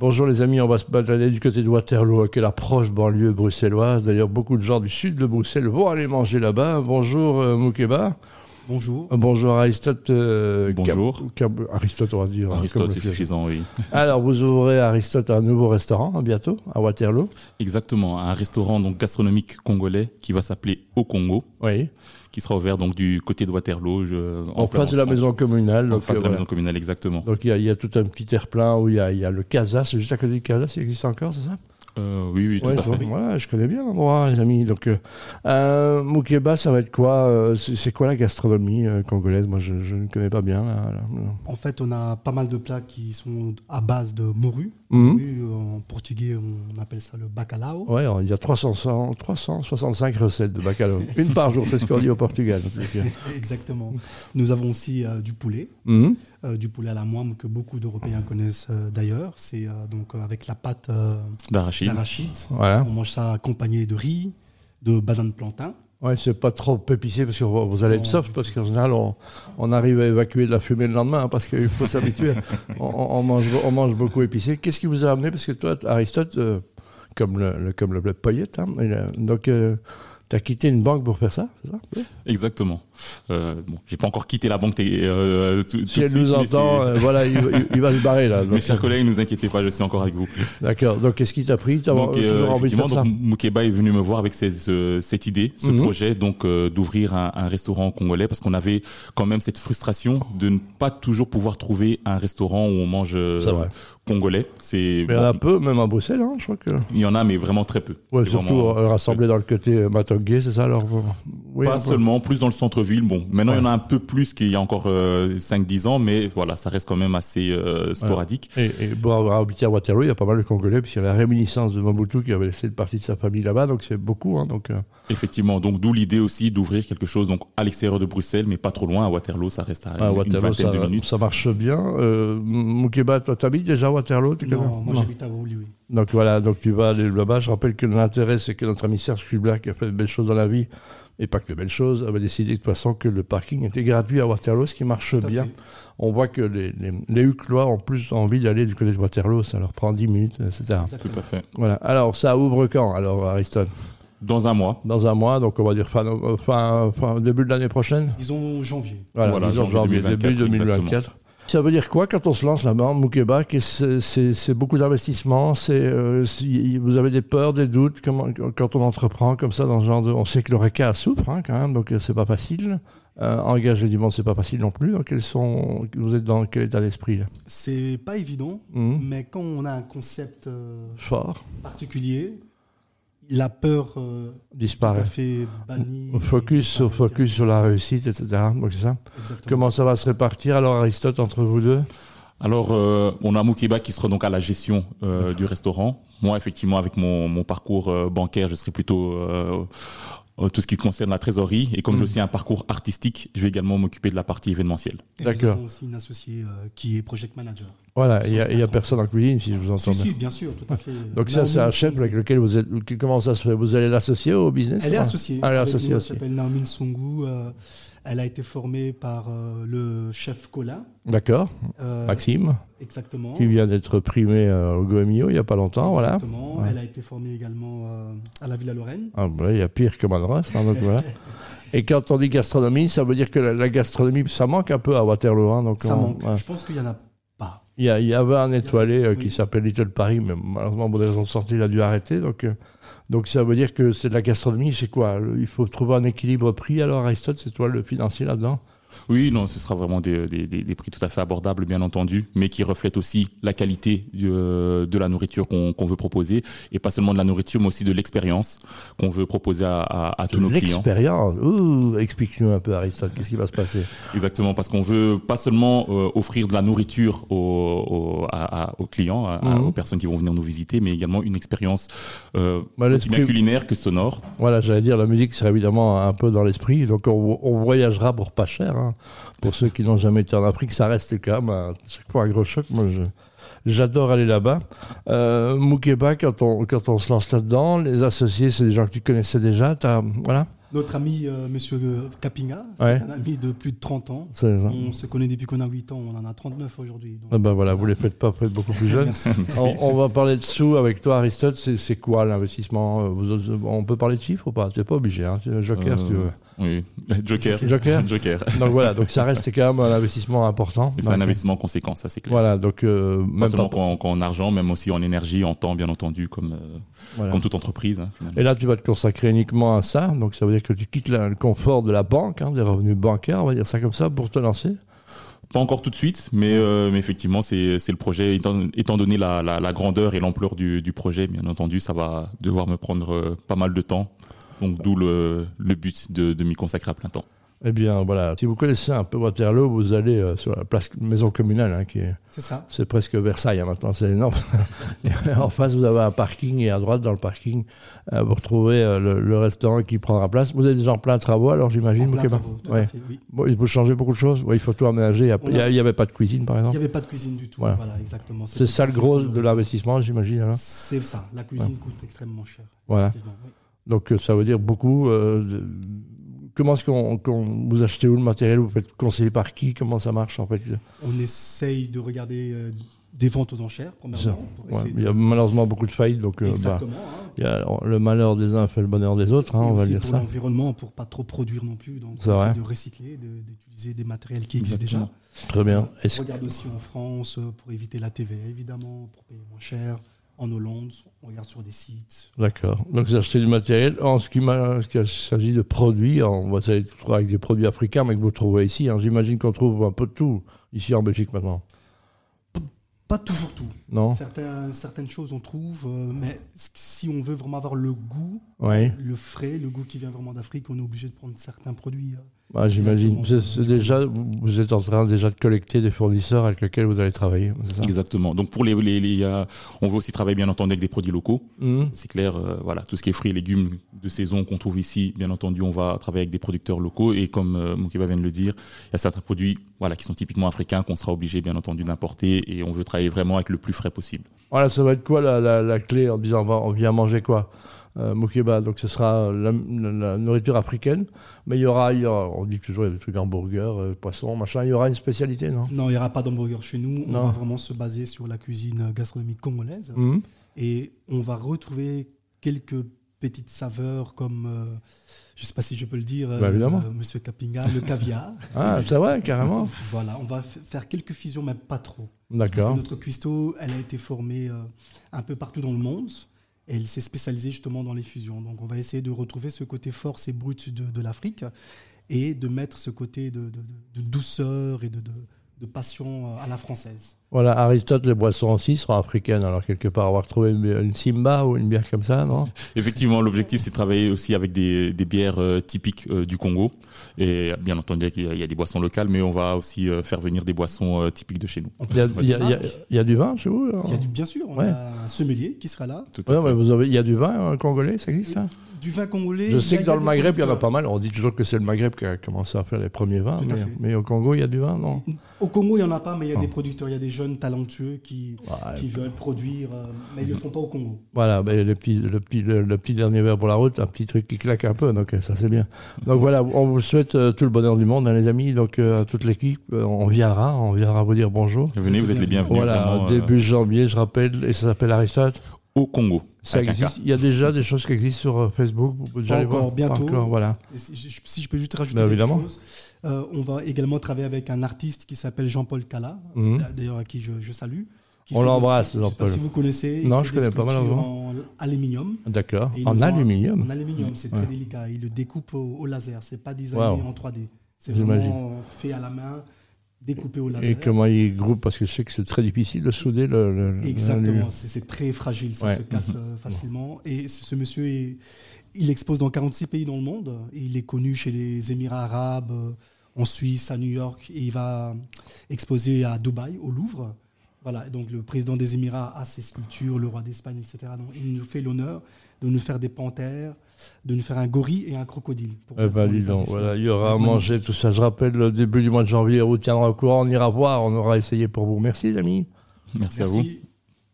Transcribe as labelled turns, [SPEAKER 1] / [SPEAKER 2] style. [SPEAKER 1] Bonjour les amis, on va se balader du côté de Waterloo, à quelle approche banlieue bruxelloise. D'ailleurs, beaucoup de gens du sud de Bruxelles vont aller manger là-bas. Bonjour euh, Moukeba.
[SPEAKER 2] Bonjour.
[SPEAKER 1] Euh, Bonjour Aristote. euh, Cab-
[SPEAKER 3] Bonjour.
[SPEAKER 1] Cab- Aristote, on va dire. hein, comme
[SPEAKER 3] Aristote,
[SPEAKER 1] le
[SPEAKER 3] c'est
[SPEAKER 1] piège.
[SPEAKER 3] suffisant, oui.
[SPEAKER 1] Alors, vous ouvrez Aristote un nouveau restaurant hein, bientôt à Waterloo.
[SPEAKER 3] Exactement, un restaurant donc gastronomique congolais qui va s'appeler Au Congo,
[SPEAKER 1] Oui.
[SPEAKER 3] qui sera ouvert donc du côté de Waterloo, je-
[SPEAKER 1] En,
[SPEAKER 3] plein
[SPEAKER 1] face de la
[SPEAKER 3] ensemble.
[SPEAKER 1] maison communale.
[SPEAKER 3] en
[SPEAKER 1] donc,
[SPEAKER 3] face
[SPEAKER 1] euh,
[SPEAKER 3] de la
[SPEAKER 1] voilà.
[SPEAKER 3] maison communale, exactement.
[SPEAKER 1] Donc, il y, a- il y a tout un petit air-plein où il y a, il y a le Casa. C'est juste à côté du Casa, ça existe encore, c'est ça
[SPEAKER 3] Euh, oui, oui, tout
[SPEAKER 1] Ouais,
[SPEAKER 3] à
[SPEAKER 1] je, vois.
[SPEAKER 3] fait.
[SPEAKER 1] Voilà, je connais bien l'endroit, les amis. Donc, euh, euh, Moukeba, ça va être quoi euh, C'est c'est quoi la gastronomie euh, congolaise Moi, je, je ne connais pas bien. là, là.
[SPEAKER 2] En fait, on a pas mal de plats qui sont à base de morue.
[SPEAKER 3] Hmm?
[SPEAKER 1] Mhm.
[SPEAKER 2] Morue, en portugais, on appelle ça le bacalao.
[SPEAKER 1] Ouais, alors, il y a 300, 365 recettes de bacalao. Une par jour, c'est ce qu'on dit au Portugal. Donc, euh,
[SPEAKER 2] Exactement. Nous avons aussi euh, du poulet,
[SPEAKER 3] Hmm?
[SPEAKER 1] mhm.
[SPEAKER 2] euh, du poulet à la moine que beaucoup d'Européens connaissent euh, d'ailleurs. C'est euh, donc euh, avec la pâte euh,
[SPEAKER 3] D'arachide.
[SPEAKER 2] d'arachide.
[SPEAKER 1] Voilà.
[SPEAKER 2] On mange ça accompagné de riz, de banane plantain.
[SPEAKER 1] Ouais, c'est pas trop épicé parce que vous vous allez être soft parce qu'en général on, on arrive à évacuer de la fumée le lendemain hein, parce qu'il faut s'habituer. on, on- on mange, on mange beaucoup épicé. Qu'est-ce qui vous a amené Parce que toi, Aristote, euh, comme le, le- comme le, le paillette, hein, il a- donc tu as quitté une banque pour faire ça, c'est ça
[SPEAKER 3] Exactement. Euh, bon, j'ai pas encore quitté la banque. t'es- Euh, tout, tout de
[SPEAKER 1] Si elle
[SPEAKER 3] suite,
[SPEAKER 1] nous
[SPEAKER 3] mais
[SPEAKER 1] entend,
[SPEAKER 3] c'est-
[SPEAKER 1] euh, voilà, il, il- il va se barrer là.
[SPEAKER 3] Mes
[SPEAKER 1] Donc, euh,
[SPEAKER 3] chers collègues, ne vous inquiétez pas, je suis encore avec vous.
[SPEAKER 1] D'accord. Donc qu'est-ce qui t'a pris T'as
[SPEAKER 3] Donc, euh,
[SPEAKER 1] toujours envie de
[SPEAKER 3] effectivement,
[SPEAKER 1] faire ça
[SPEAKER 3] donc, Moukeba est venu me voir avec ces- ce- cette idée, ce
[SPEAKER 1] Mhm.
[SPEAKER 3] projet, donc euh, d'ouvrir un, un restaurant congolais, parce qu'on avait quand même cette frustration de ne pas toujours pouvoir trouver un restaurant où on mange euh,
[SPEAKER 1] C'est vrai.
[SPEAKER 3] congolais. C'est
[SPEAKER 1] Mais il y en a
[SPEAKER 3] bon,
[SPEAKER 1] peu, même à Bruxelles, hein, je crois que.
[SPEAKER 3] il y en a, mais vraiment très peu.
[SPEAKER 1] Ouais,
[SPEAKER 3] C'est
[SPEAKER 1] surtout
[SPEAKER 3] vraiment-
[SPEAKER 1] euh, rassemblés dans le côté euh, Matongé, c'est ça alors oui,
[SPEAKER 3] pas
[SPEAKER 1] un peu.
[SPEAKER 3] seulement, plus dans le centre-ville. Bon, maintenant
[SPEAKER 1] Ouais.
[SPEAKER 3] il y en a un peu plus qu'il y a encore euh, 5-10 ans, mais voilà, ça reste quand même assez euh, sporadique.
[SPEAKER 1] Et, et bon, avoir habité à Waterloo, il y a pas mal de Congolais, puisqu'il y a la réminiscence de Mobutu qui avait laissé une partie de sa famille là-bas, donc c'est beaucoup. Hein, donc, euh,
[SPEAKER 3] Effectivement, donc d'où l'idée aussi d'ouvrir quelque chose donc à l'extérieur de Bruxelles, mais pas trop loin. À Waterloo, ça reste à,
[SPEAKER 1] à
[SPEAKER 3] une- une
[SPEAKER 1] Waterloo,
[SPEAKER 3] vingtaine
[SPEAKER 1] ça,
[SPEAKER 3] de minutes.
[SPEAKER 1] ça marche bien. Euh, Moukeba, toi, t'habites déjà à Waterloo tu connais
[SPEAKER 2] Non, moi j'habite à Woluwe.
[SPEAKER 1] Donc voilà, donc tu vas aller là-bas. Je rappelle que l'intérêt, c'est que notre ami Serge Kubla, qui a fait de belles choses dans la vie, et pas que de belles choses, avait décidé de toute façon que le parking était gratuit à Waterloo, ce qui marche
[SPEAKER 2] à
[SPEAKER 1] bien.
[SPEAKER 2] fait.
[SPEAKER 1] On voit que les, les, les Huclois ont plus envie d'aller du côté de Waterloo, ça leur prend 10 minutes, etc.
[SPEAKER 3] Tout à fait.
[SPEAKER 1] Voilà. Alors, ça ouvre quand, alors, Aristote
[SPEAKER 3] Dans un mois.
[SPEAKER 1] dans un mois, donc on va dire fin, euh, fin, fin- début de l'année prochaine.
[SPEAKER 2] Ils ont janvier.
[SPEAKER 1] Voilà,
[SPEAKER 3] Voilà,
[SPEAKER 1] disons janvier,
[SPEAKER 3] janvier 2024,
[SPEAKER 1] début 2024. Ça veut dire quoi quand on se lance là-bas en Moukeba Qu'est-ce- C'est c'est- c'est beaucoup d'investissements. c'est, euh, si- vous avez des peurs, des doutes comment, quand on entreprend comme ça dans ce genre de. On sait que le RECA souffre hein, quand même, donc euh, c'est pas facile. Euh, engager du monde, c'est pas facile non plus. Donc, quels sont, vous êtes dans quel état d'esprit là
[SPEAKER 2] C'est pas évident,
[SPEAKER 1] Mhm.
[SPEAKER 2] mais quand on a un concept euh,
[SPEAKER 1] Fort,
[SPEAKER 2] particulier, la peur euh, tout
[SPEAKER 1] disparaît.
[SPEAKER 2] à fait bannie.
[SPEAKER 1] Focus,
[SPEAKER 2] et
[SPEAKER 1] sur- focus sur la réussite, etc. Donc c'est ça.
[SPEAKER 2] Exactement.
[SPEAKER 1] Comment ça va se répartir alors, Aristote, entre vous deux
[SPEAKER 3] Alors, euh, on a Moukeba qui sera donc à la gestion euh, du restaurant. Moi, effectivement, avec mon, mon parcours euh, bancaire, je serai plutôt euh, euh, tout ce qui concerne la trésorerie. Et comme j'ai aussi un parcours artistique, je vais également m'occuper de la partie événementielle.
[SPEAKER 2] Et
[SPEAKER 1] D'accord.
[SPEAKER 2] Nous avons aussi une associée euh, qui est project manager.
[SPEAKER 1] Voilà, il n'y a, personne en cuisine, si je vous entends
[SPEAKER 2] hein. Si,
[SPEAKER 1] bien.
[SPEAKER 2] si, bien sûr, tout à fait.
[SPEAKER 1] Donc ça,
[SPEAKER 2] Naomi,
[SPEAKER 1] c'est un chef avec lequel vous êtes... qui- Comment ça se fait Vous allez l'associer au business
[SPEAKER 2] Elle est
[SPEAKER 1] ou pas
[SPEAKER 2] associée.
[SPEAKER 1] Ah, elle est
[SPEAKER 2] avec
[SPEAKER 1] associée
[SPEAKER 2] nous,
[SPEAKER 1] aussi.
[SPEAKER 2] Elle s'appelle Naomi Nsongu. euh, elle a été formée par euh, le chef Colin.
[SPEAKER 1] D'accord,
[SPEAKER 2] euh,
[SPEAKER 1] Maxime,
[SPEAKER 2] Exactement.
[SPEAKER 1] qui vient d'être primé euh, au Goemio il n'y a pas longtemps, voilà.
[SPEAKER 2] Exactement. Elle a été formée également euh, à la Villa Lorraine.
[SPEAKER 1] Ah, bah, il y a pire que Madras, hein, donc voilà. Et quand on dit gastronomie, ça veut dire que la, la gastronomie, ça manque un peu à Waterloo. hein, donc
[SPEAKER 2] Ça
[SPEAKER 1] on-
[SPEAKER 2] manque.
[SPEAKER 1] ouais.
[SPEAKER 2] Je pense qu'il n'y en a pas.
[SPEAKER 1] Il y, a- il y avait un étoilé euh, qui
[SPEAKER 2] Oui.
[SPEAKER 1] s'appelle Little Paris, mais malheureusement, pour des raisons de santé, il a dû arrêter. Donc, euh, donc ça veut dire que c'est de la gastronomie, c'est quoi Le- Il faut trouver un équilibre prix. Alors, Aristote, c'est toi le financier là-dedans
[SPEAKER 3] Oui, non, ce sera vraiment des, des- des- des prix tout à fait abordables, bien entendu, mais qui reflètent aussi la qualité du, euh, de la nourriture qu'on qu'on veut proposer, et pas seulement de la nourriture, mais aussi de l'expérience qu'on veut proposer à, à- à tous nos clients.
[SPEAKER 1] L'expérience. Ouh, Explique-nous un peu, Aristote, qu'est-ce qui va se passer
[SPEAKER 3] Exactement, parce qu'on veut pas seulement euh, offrir de la nourriture aux, aux- à- à- aux clients, à- à-
[SPEAKER 1] Mhm.
[SPEAKER 3] aux personnes qui vont venir nous visiter, mais également une expérience euh,
[SPEAKER 1] Bah,
[SPEAKER 3] aussi bien
[SPEAKER 1] l'esprit-
[SPEAKER 3] culinaire que sonore.
[SPEAKER 1] Voilà, j'allais dire, la musique sera évidemment un peu dans l'esprit. Donc, on, on voyagera pour pas cher. hein. Pour ceux qui n'ont jamais été en Afrique, ça reste quand même un, chaque fois un gros choc. Moi, je- j'adore aller là-bas. Euh, Moukeba, quand on, quand on se lance là-dedans, les associés, c'est des gens que tu connaissais déjà. t'as- voilà.
[SPEAKER 2] Notre ami euh, Monsieur euh, Capinga, c'est
[SPEAKER 1] Ouais.
[SPEAKER 2] un ami de plus de 30 ans.
[SPEAKER 1] C'est ça.
[SPEAKER 2] On se connaît depuis qu'on a 8 ans, on en a 39 aujourd'hui. donc.
[SPEAKER 1] Ah ben voilà, vous les faites pas faites beaucoup plus jeunes.
[SPEAKER 2] Merci.
[SPEAKER 1] on, on va parler de sous avec toi, Aristote. C'est c'est quoi l'investissement Euh, vous autres, On peut parler de chiffres ou pas T'es pas obligé, hein. Tu- Joker, si tu veux.
[SPEAKER 3] Oui, Joker.
[SPEAKER 1] Joker.
[SPEAKER 3] Joker.
[SPEAKER 1] Donc voilà, donc ça reste quand même un investissement important.
[SPEAKER 3] Et c'est un
[SPEAKER 1] Donc,
[SPEAKER 3] investissement conséquent, ça c'est clair.
[SPEAKER 1] Voilà, donc euh,
[SPEAKER 3] Pas
[SPEAKER 1] même
[SPEAKER 3] seulement
[SPEAKER 1] pas-
[SPEAKER 3] qu'en- qu'en argent, même aussi en énergie, en temps, bien entendu, comme, euh,
[SPEAKER 1] voilà.
[SPEAKER 3] comme toute entreprise. hein, finalement.
[SPEAKER 1] Et là, tu vas te consacrer uniquement à ça. Donc ça veut dire que tu quittes la- le confort de la banque, hein, des revenus bancaires, on va dire ça comme ça, pour te lancer.
[SPEAKER 3] Pas encore tout de suite, mais, euh, mais effectivement, c'est c'est le projet. Étant, étant donné la, la, la grandeur et l'ampleur du, du projet, bien entendu, ça va devoir me prendre euh, pas mal de temps. Donc, d'où le, le but de, de m'y consacrer à plein temps.
[SPEAKER 1] Eh bien voilà, si vous connaissez un peu Waterloo, vous allez euh, sur la place maison communale, hein, qui est
[SPEAKER 2] C'est ça.
[SPEAKER 1] C'est presque Versailles hein, maintenant, c'est énorme. Et en face, vous avez un parking et à droite, dans le parking, euh, vous retrouvez euh, le, le restaurant qui prendra place. Vous êtes déjà en plein travaux, alors
[SPEAKER 2] En
[SPEAKER 1] j'imagine.
[SPEAKER 2] plein
[SPEAKER 1] Moukeba
[SPEAKER 2] travaux, tout à
[SPEAKER 1] bah, Ouais.
[SPEAKER 2] fait, oui.
[SPEAKER 1] Bon, il faut changer beaucoup de choses. Ouais, il faut tout aménager. Il y a-
[SPEAKER 2] On a-
[SPEAKER 1] Il n'y avait pas de cuisine, par
[SPEAKER 2] Il n'y
[SPEAKER 1] exemple.
[SPEAKER 2] avait pas de cuisine du tout.
[SPEAKER 1] Voilà.
[SPEAKER 2] Voilà, exactement.
[SPEAKER 1] C'est ça le
[SPEAKER 2] C'était-
[SPEAKER 1] gros de hein. l'investissement, j'imagine. alors.
[SPEAKER 2] C'est ça. La cuisine coûte extrêmement cher.
[SPEAKER 1] Voilà.
[SPEAKER 2] effectivement, oui.
[SPEAKER 1] Donc euh, ça veut dire beaucoup. euh, de- Comment est-ce qu'on qu'on- vous achetez où le matériel Vous faites conseiller par qui Comment ça marche en fait
[SPEAKER 2] On essaye de regarder euh, des ventes aux enchères,
[SPEAKER 1] Ça,
[SPEAKER 2] premièrement. pour
[SPEAKER 1] Ouais,
[SPEAKER 2] essayer de-
[SPEAKER 1] Il y a malheureusement beaucoup de faillites, donc euh, bah,
[SPEAKER 2] Exactement. hein.
[SPEAKER 1] il y a- le malheur des uns fait le bonheur des autres, hein,
[SPEAKER 2] Et
[SPEAKER 1] on va
[SPEAKER 2] aussi
[SPEAKER 1] dire
[SPEAKER 2] pour
[SPEAKER 1] ça.
[SPEAKER 2] l'environnement, pour pas trop produire non plus. Donc,
[SPEAKER 1] C'est
[SPEAKER 2] on
[SPEAKER 1] vrai.
[SPEAKER 2] essaie de recycler, de- d'utiliser des matériels qui existent
[SPEAKER 3] Exactement.
[SPEAKER 2] déjà.
[SPEAKER 1] Très bien.
[SPEAKER 2] On
[SPEAKER 1] Est-ce
[SPEAKER 2] regarde aussi en France euh, pour éviter la TVA, évidemment, pour payer moins cher. En Hollande, on regarde sur des sites.
[SPEAKER 1] D'accord. Donc, j'ai acheté du matériel. En ce qui m'a- en ce qu'il s'agit de produits, on va s'aller trouver avec des produits africains, mais que vous trouvez ici. hein. J'imagine qu'on trouve un peu de tout ici en Belgique maintenant.
[SPEAKER 2] Pas toujours tout.
[SPEAKER 1] Non
[SPEAKER 2] Certains- certaines choses, on trouve, euh, mais s- si on veut vraiment avoir le goût,
[SPEAKER 1] Oui.
[SPEAKER 2] le frais, le goût qui vient vraiment d'Afrique, on est obligé de prendre certains produits. euh,
[SPEAKER 1] Bah, J'imagine. C'est- c'est déjà, vous êtes en train déjà de collecter des fournisseurs avec lesquels vous allez travailler. c'est ça
[SPEAKER 3] Exactement. Donc, pour les, les, les, euh, on veut aussi travailler, bien entendu, avec des produits locaux.
[SPEAKER 1] Mhm.
[SPEAKER 3] C'est clair, euh, voilà, tout ce qui est fruits et légumes de saison qu'on trouve ici, bien entendu, on va travailler avec des producteurs locaux et comme euh, Moukeba vient de le dire, il y a certains produits voilà, qui sont typiquement africains qu'on sera obligé, bien entendu, d'importer et on veut travailler vraiment avec le plus frais possible.
[SPEAKER 1] Voilà, ça va être quoi la, la- la clé en disant on, va- on vient manger quoi euh, Moukeba, donc ce sera euh, la, la- la nourriture africaine, mais il y, aura, il y aura- on dit toujours il y a des trucs hamburgers, euh, poissons, machin, il y aura une spécialité, non
[SPEAKER 2] Non, il n'y aura pas d'hamburger chez nous.
[SPEAKER 1] Non.
[SPEAKER 2] On va vraiment se baser sur la cuisine gastronomique congolaise.
[SPEAKER 1] Mhm.
[SPEAKER 2] Et on va retrouver quelques petites saveurs comme, euh, je ne sais pas si je peux le dire, euh,
[SPEAKER 1] Bah, évidemment.
[SPEAKER 2] euh, Monsieur Capinga, le caviar.
[SPEAKER 1] Ah, ça va, carrément.
[SPEAKER 2] voilà, on va f- faire quelques fusions, mais pas trop. Parce que
[SPEAKER 1] D'accord.
[SPEAKER 2] notre cuistot, elle a été formée euh, un peu partout dans le monde. Et elle s'est spécialisée justement dans les fusions. Donc on va essayer de retrouver ce côté force et brut de, de l'Afrique et de mettre ce côté de, de- de- de douceur et de, de- de passion euh, à la française.
[SPEAKER 1] Voilà, Aristote, les boissons aussi seront africaines. Alors, quelque part, on va retrouver une, une Simba ou une bière comme ça, non
[SPEAKER 3] Effectivement, l'objectif, c'est de travailler aussi avec des, des bières euh, typiques euh, du Congo et bien entendu, il y, a, il y a des boissons locales, mais on va aussi euh, faire venir des boissons euh, typiques de chez nous.
[SPEAKER 2] On
[SPEAKER 1] Il y a,
[SPEAKER 2] peut-
[SPEAKER 1] il y a- il y a- il y a du vin chez vous hein? alors
[SPEAKER 2] Il y a du, bien sûr, on
[SPEAKER 1] Ouais.
[SPEAKER 2] a un sommelier qui sera là.
[SPEAKER 3] Tout à
[SPEAKER 1] Ouais,
[SPEAKER 3] fait.
[SPEAKER 1] mais vous avez- il y a du vin euh, congolais, ça existe ça
[SPEAKER 2] Du vin congolais.
[SPEAKER 1] Je
[SPEAKER 2] il y
[SPEAKER 1] sais
[SPEAKER 2] a-
[SPEAKER 1] que dans le
[SPEAKER 2] des
[SPEAKER 1] Maghreb, il y en a pas
[SPEAKER 2] producteurs.
[SPEAKER 1] mal. On dit toujours que c'est le Maghreb qui a commencé à faire les premiers vins,
[SPEAKER 2] Tout à
[SPEAKER 1] mais,
[SPEAKER 2] fait.
[SPEAKER 1] mais au Congo, il y a du vin, non
[SPEAKER 2] Au Congo, il n'y en a pas, mais il y a
[SPEAKER 1] Ah.
[SPEAKER 2] des producteurs, il y a des jeunes talentueux qui, qui veulent produire, euh, mais ils ne le font pas au Congo.
[SPEAKER 1] Voilà, ben, le, petit, le, petit, le, le petit dernier verre pour la route, un petit truc qui claque un peu, donc euh, ça c'est bien. Donc voilà, on vous souhaite euh, tout le bonheur du monde, hein, les amis, donc euh, à toute l'équipe. euh, on viendra, on viendra vous dire bonjour.
[SPEAKER 3] Venez, vous êtes les bienvenus.
[SPEAKER 1] Voilà,
[SPEAKER 3] vraiment, euh,
[SPEAKER 1] début janvier, je rappelle, et ça s'appelle Aristote.
[SPEAKER 3] au Congo.
[SPEAKER 1] Ça
[SPEAKER 3] avec un
[SPEAKER 1] existe.
[SPEAKER 3] K.
[SPEAKER 1] Il y a déjà des choses qui existent sur euh, Facebook. Vous pouvez déjà
[SPEAKER 2] Pas
[SPEAKER 1] les voir.
[SPEAKER 2] encore, bientôt.
[SPEAKER 1] Pas encore, voilà.
[SPEAKER 2] Et si, je- si je peux juste rajouter
[SPEAKER 1] Bah,
[SPEAKER 2] quelque
[SPEAKER 1] évidemment.
[SPEAKER 2] chose, euh, on va également travailler avec un artiste qui s'appelle Jean-Paul Cala, euh,
[SPEAKER 1] Mhm.
[SPEAKER 2] d'ailleurs à qui je, je salue. qui
[SPEAKER 1] On
[SPEAKER 2] fait des-
[SPEAKER 1] l'embrasse,
[SPEAKER 2] Je sais pas
[SPEAKER 1] Jean-Paul.
[SPEAKER 2] si vous connaissez. il
[SPEAKER 1] Non,
[SPEAKER 2] fait
[SPEAKER 1] je
[SPEAKER 2] des
[SPEAKER 1] connais pas,
[SPEAKER 2] sculptures
[SPEAKER 1] malheureusement.
[SPEAKER 2] En aluminium.
[SPEAKER 1] D'accord.
[SPEAKER 2] Et il
[SPEAKER 1] En
[SPEAKER 2] le vend
[SPEAKER 1] aluminium.
[SPEAKER 2] En aluminium, c'est
[SPEAKER 1] Ouais.
[SPEAKER 2] très délicat. Il le découpe au, au laser. C'est pas designé
[SPEAKER 1] Waouh.
[SPEAKER 2] en 3D. C'est
[SPEAKER 1] J'imagine.
[SPEAKER 2] vraiment fait à la main, découpé au laser.
[SPEAKER 1] Et comment ils groupent Parce que je sais que c'est très difficile de souder le. le- le-
[SPEAKER 2] Exactement, c'est c'est très fragile, ça
[SPEAKER 1] Ouais. Mmh.
[SPEAKER 2] se casse euh, facilement. Et ce ce monsieur, est- il expose dans 46 pays dans le monde. Il est connu chez les Émirats arabes, euh, en Suisse, à New York, et il va exposer à Dubaï, au Louvre. Voilà, donc le président des Émirats a ses sculptures, le roi d'Espagne, etc. Donc il nous fait l'honneur de nous faire des panthères, de nous faire un gorille et un crocodile. pour
[SPEAKER 1] Eh
[SPEAKER 2] mettre dans
[SPEAKER 1] ben, dis donc,
[SPEAKER 2] l'établissement.
[SPEAKER 1] voilà, il y aura à manger, tout ça. Je rappelle, le début du mois de janvier, on vous tiendra au courant, on ira voir, on aura essayé pour vous. Merci, les amis.
[SPEAKER 3] Merci à vous.
[SPEAKER 2] Merci.